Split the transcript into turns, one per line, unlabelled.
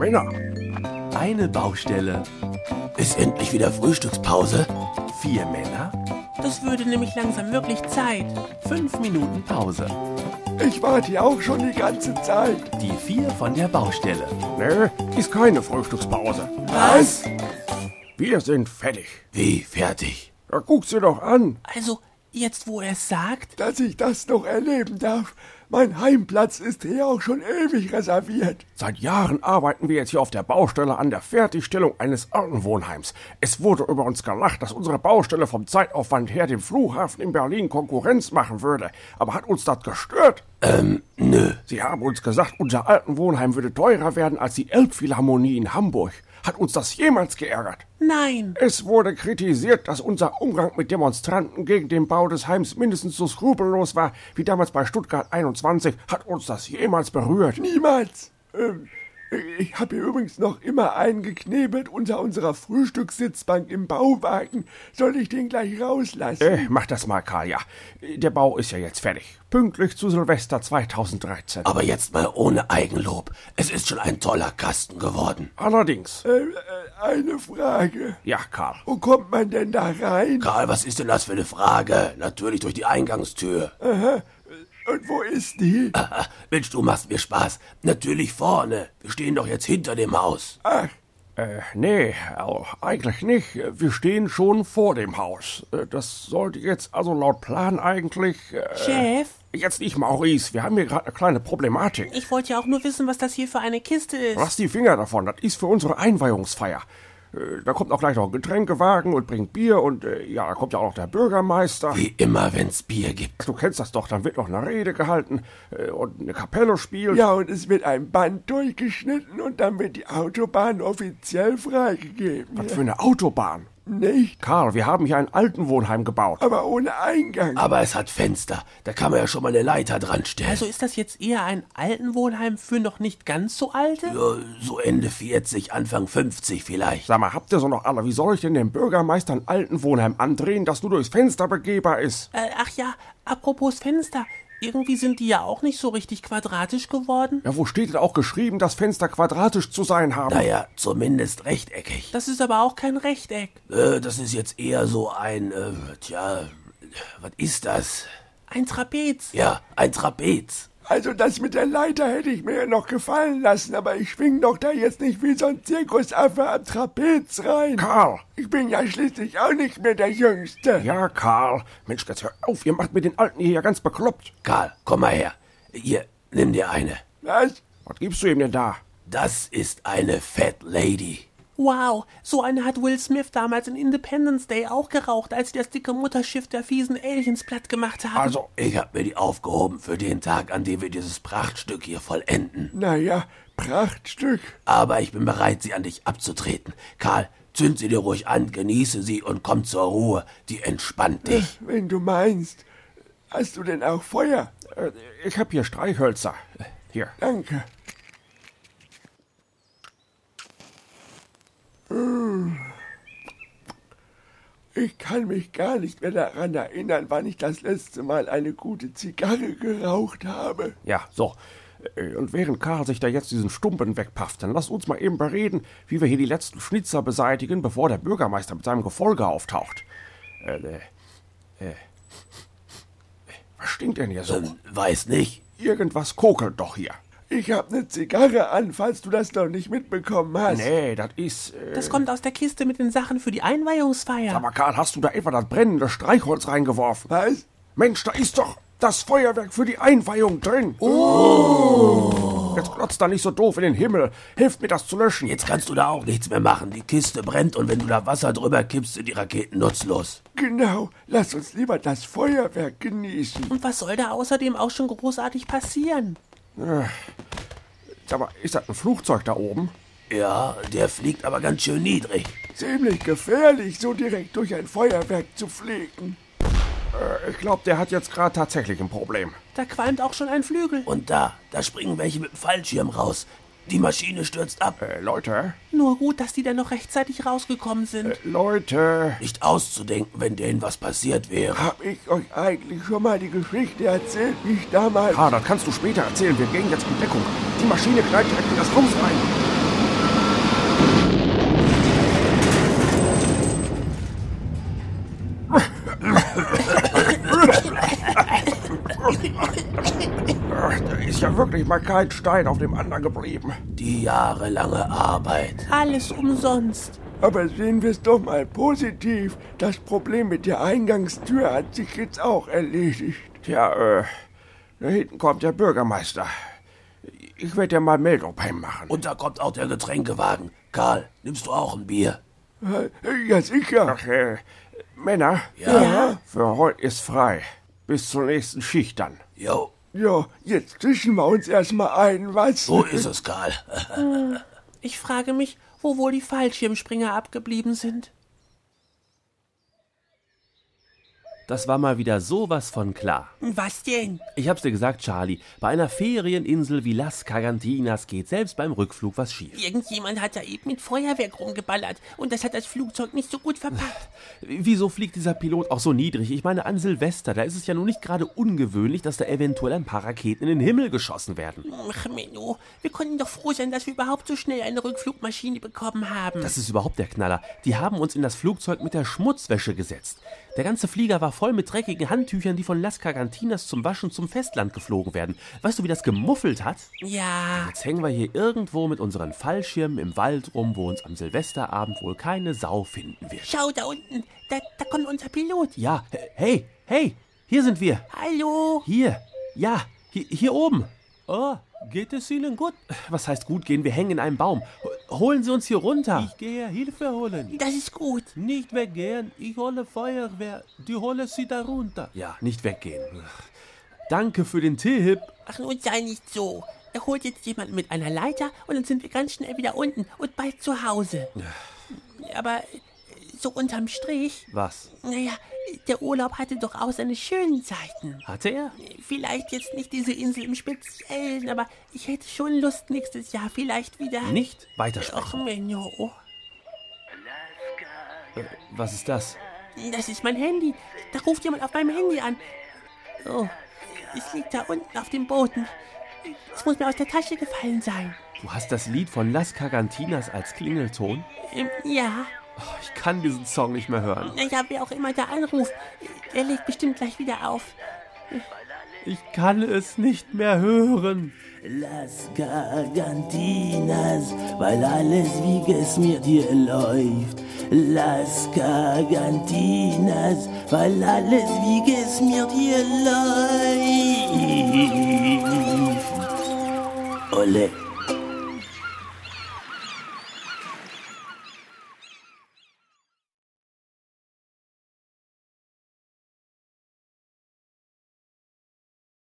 Einer.
Eine Baustelle.
Ist endlich wieder Frühstückspause?
Vier Männer.
Das würde nämlich langsam wirklich Zeit.
Fünf Minuten Pause.
Ich warte hier auch schon die ganze Zeit.
Die vier von der Baustelle.
Ne, ist keine Frühstückspause.
Was?
Wir sind fertig.
Wie fertig?
Da guckst du doch an,
Also, jetzt wo er es sagt?
dass ich das noch erleben darf. Mein Heimplatz ist hier auch schon ewig reserviert.
Seit Jahren arbeiten wir jetzt hier auf der Baustelle an der Fertigstellung eines Artenwohnheims. Es wurde über uns gelacht, dass unsere Baustelle vom Zeitaufwand her dem Flughafen in Berlin Konkurrenz machen würde. Aber hat uns das gestört?
Ähm, Nö.
Sie haben uns gesagt, unser Altenwohnheim würde teurer werden als die Elbphilharmonie in Hamburg. Hat uns das jemals geärgert?
Nein.
Es wurde kritisiert, dass unser Umgang mit Demonstranten gegen den Bau des Heims mindestens so skrupellos war wie damals bei Stuttgart 21. Hat uns das jemals berührt?
Niemals. Ähm, ich habe hier übrigens noch immer einen geknebelt unter unserer Frühstückssitzbank im Bauwagen. Soll ich den gleich rauslassen?
Äh, mach das mal, Karja. Der Bau ist ja jetzt fertig. Pünktlich zu Silvester 2013.
Ah.
Aber jetzt mal ohne Eigenlob. Es ist schon ein toller Kasten geworden.
Allerdings.
Äh, Oh äh, eine Frage.
Ja, Karl.
Wo kommt man denn da rein?
Karl, was ist denn das für eine Frage? Natürlich durch die Eingangstür.
Und wo ist die?
Aha, Mensch, du machst mir Spaß. Natürlich vorne. Wir stehen doch jetzt hinter dem Haus.
Äh, nee, au, eigentlich nicht. Wir stehen schon vor dem Haus. Äh, Das sollte jetzt also laut Plan eigentlich. Äh,
Chef,
jetzt nicht, Maurice. Wir haben hier gerade eine kleine Problematik.
ich wollte ja auch nur wissen, was das hier für eine Kiste ist.
Lass die Finger davon, das ist für unsere Einweihungsfeier. Äh, Da kommt auch gleich noch ein Getränkewagen und bringt Bier und äh, ja, da kommt ja auch noch der Bürgermeister.
Wie immer, wenn's Bier gibt.
Du kennst das doch, dann wird noch eine Rede gehalten äh, und eine Kapelle spielt.
Ja, und es wird ein Band durchgeschnitten und dann wird die Autobahn offiziell freigegeben.
Was für eine Autobahn.
Nicht?
Karl, wir haben hier ein Altenwohnheim gebaut.
Aber ohne Eingang.
Aber es hat Fenster. Da kann man ja schon mal eine Leiter dran stellen.
Also ist das jetzt eher ein Altenwohnheim für noch nicht ganz so alte?
Äh, so Ende 40, Anfang 50 vielleicht.
Sag mal, habt ihr so noch alle? Wie soll ich denn dem Bürgermeister ein Altenwohnheim andrehen, das nur durchs Fenster begehbar ist?
Äh, ach ja, apropos Fenster. Irgendwie sind die ja auch nicht so richtig quadratisch geworden.
Ja, wo steht denn auch geschrieben, dass Fenster quadratisch zu sein haben?
Naja, zumindest rechteckig.
Das ist aber auch kein Rechteck.
Äh, das ist jetzt eher so ein, äh, tja, was ist das?
Ein Trapez.
Ja, ein Trapez.
Also das mit der Leiter hätte ich mir ja noch gefallen lassen, aber ich schwing doch da jetzt nicht wie so ein Zirkusaffe am Trapez rein.
Karl!
Ich bin ja schließlich auch nicht mehr der Jüngste.
Ja, Karl. Mensch, jetzt hör auf, ihr macht mit den Alten hier ja ganz bekloppt.
Karl, komm mal her. Hier, nimm dir eine.
Was?
Was gibst du ihm denn da?
Das ist eine Fat Lady.
Wow, so eine hat Will Smith damals in Independence Day auch geraucht, als sie das dicke Mutterschiff der fiesen Aliens platt gemacht haben.
Also,
Ich hab mir die aufgehoben für den Tag, an dem wir dieses Prachtstück hier vollenden.
Naja, Prachtstück.
Aber ich bin bereit, sie an dich abzutreten. Karl, zünd sie dir ruhig an, genieße sie und komm zur Ruhe. Die entspannt dich.
Wenn du meinst. Hast du denn auch Feuer?
äh, ich hab hier Streichhölzer. Hier.
Danke. Hm. Ich kann mich gar nicht mehr daran erinnern, wann ich das letzte Mal eine gute Zigarre geraucht habe.
Ja, so. Äh, Und während Karl sich da jetzt diesen Stumpen wegpafft, dann lass uns mal eben bereden, wie wir hier die letzten Schnitzer beseitigen, bevor der Bürgermeister mit seinem Gefolge auftaucht. Äh, äh, äh. Was stinkt denn hier so?
Ähm, weiß nicht.
Irgendwas kokelt doch hier.
Ich hab ne Zigarre an, falls du das noch nicht mitbekommen hast.
Nee, das ist. Äh,
das kommt aus der Kiste mit den Sachen für die Einweihungsfeier.
aber Karl, hast du da etwa das brennende Streichholz reingeworfen?
Was?
Mensch, da ist doch das Feuerwerk für die Einweihung drin. Oh. Jetzt glotzt da nicht so doof in den Himmel. Hilft mir das zu löschen.
Jetzt kannst du da auch nichts mehr machen. Die Kiste brennt und wenn du da Wasser drüber kippst, sind die Raketen nutzlos.
Genau, lass uns lieber das Feuerwerk genießen.
Und was soll da außerdem auch schon großartig passieren?
Sag mal, ist das ein Flugzeug da oben?
Ja, der fliegt aber ganz schön niedrig.
Ziemlich gefährlich, so direkt durch ein Feuerwerk zu fliegen.
Äh, Ich glaube, der hat jetzt gerade tatsächlich ein Problem.
Da qualmt auch schon ein Flügel.
Und da, da springen welche mit dem Fallschirm raus. Die Maschine stürzt ab.
Äh, Leute,
Nur gut, dass die dann noch rechtzeitig rausgekommen sind.
Äh. Leute.
Nicht auszudenken, wenn denen was passiert wäre.
Hab ich euch eigentlich schon mal die Geschichte erzählt, wie ich damals...
Ah, das kannst du später erzählen. Wir gehen jetzt in Deckung. Die Maschine knallt direkt in das Haus rein. Ach, da ist ja wirklich mal kein Stein auf dem anderen geblieben.
Die jahrelange Arbeit.
Alles umsonst.
Aber sehen wir es doch mal positiv. Das Problem mit der Eingangstür hat sich jetzt auch erledigt.
Tja, äh, da hinten kommt der Bürgermeister. Ich werde ja mal Meldung bei ihm machen.
Und da kommt auch der Getränkewagen. Karl, nimmst du auch ein Bier?
Äh, Ja, sicher.
Ach, äh, Männer,
Ja.
für heute ist frei. Bis zur nächsten Schicht dann.
Jo,
Ja, jetzt zwischen wir uns erstmal ein, was?
so ist es, Karl.
Ich frage mich, wo wohl die Fallschirmspringer abgeblieben sind.
Das war mal wieder sowas von klar.
Was denn?
Ich hab's dir gesagt, Charlie, bei einer Ferieninsel wie Las Cagantinas geht selbst beim Rückflug was schief.
Irgendjemand hat da eben mit Feuerwerk rumgeballert und das hat das Flugzeug nicht so gut verpackt.
Wieso fliegt dieser Pilot auch so niedrig? Ich meine, an Silvester, da ist es ja nun nicht gerade ungewöhnlich, dass da eventuell ein paar Raketen in den Himmel geschossen werden.
Ach, Menno, wir konnten doch froh sein, dass wir überhaupt so schnell eine Rückflugmaschine bekommen haben.
Das ist überhaupt der Knaller. Die haben uns in das Flugzeug mit der Schmutzwäsche gesetzt. Der ganze Flieger war voll mit dreckigen Handtüchern, die von Las Cagantinas zum Waschen zum Festland geflogen werden. Weißt du, wie das gemuffelt hat?
ja,
Jetzt hängen wir hier irgendwo mit unseren Fallschirmen im Wald rum, wo uns am Silvesterabend wohl keine Sau finden wird.
schau da unten, da, da kommt unser Pilot.
Ja, he- hey, hey, hier sind wir.
Hallo.
Hier, ja, hier, hier oben. Oh, geht es Ihnen gut? Was heißt gut gehen? Wir hängen in einem Baum. Ho- Holen Sie uns hier runter. Ich gehe Hilfe holen.
Das ist gut.
Nicht weggehen, ich hole Feuerwehr. Die hole Sie da runter. Ja, nicht weggehen. Danke für den Tipp.
Ach, nun sei nicht so. Er holt jetzt jemanden mit einer Leiter und dann sind wir ganz schnell wieder unten und bald zu Hause. Aber äh, so unterm Strich,
Was?
naja, der Urlaub hatte doch auch seine schönen Seiten.
Hatte er?
Vielleicht jetzt nicht diese Insel im Speziellen, aber ich hätte schon Lust nächstes Jahr vielleicht wieder.
Nicht weitersprechen.
Ach, Menno. oh.
Äh, Was ist das?
Das ist mein Handy. Da ruft jemand auf meinem Handy an. Oh, es liegt da unten auf dem Boden. Es muss mir aus der Tasche gefallen sein.
Du hast das Lied von Las Cagantinas als Klingelton?
Ähm, ja,
Ich kann diesen Song nicht mehr hören.
naja, wer auch immer da anruft, der legt bestimmt gleich wieder auf.
Ich kann es nicht mehr hören.
Las Gargantinas, weil alles wie geschmiert hier läuft. Las Gargantinas, weil alles wie geschmiert hier läuft. Ole,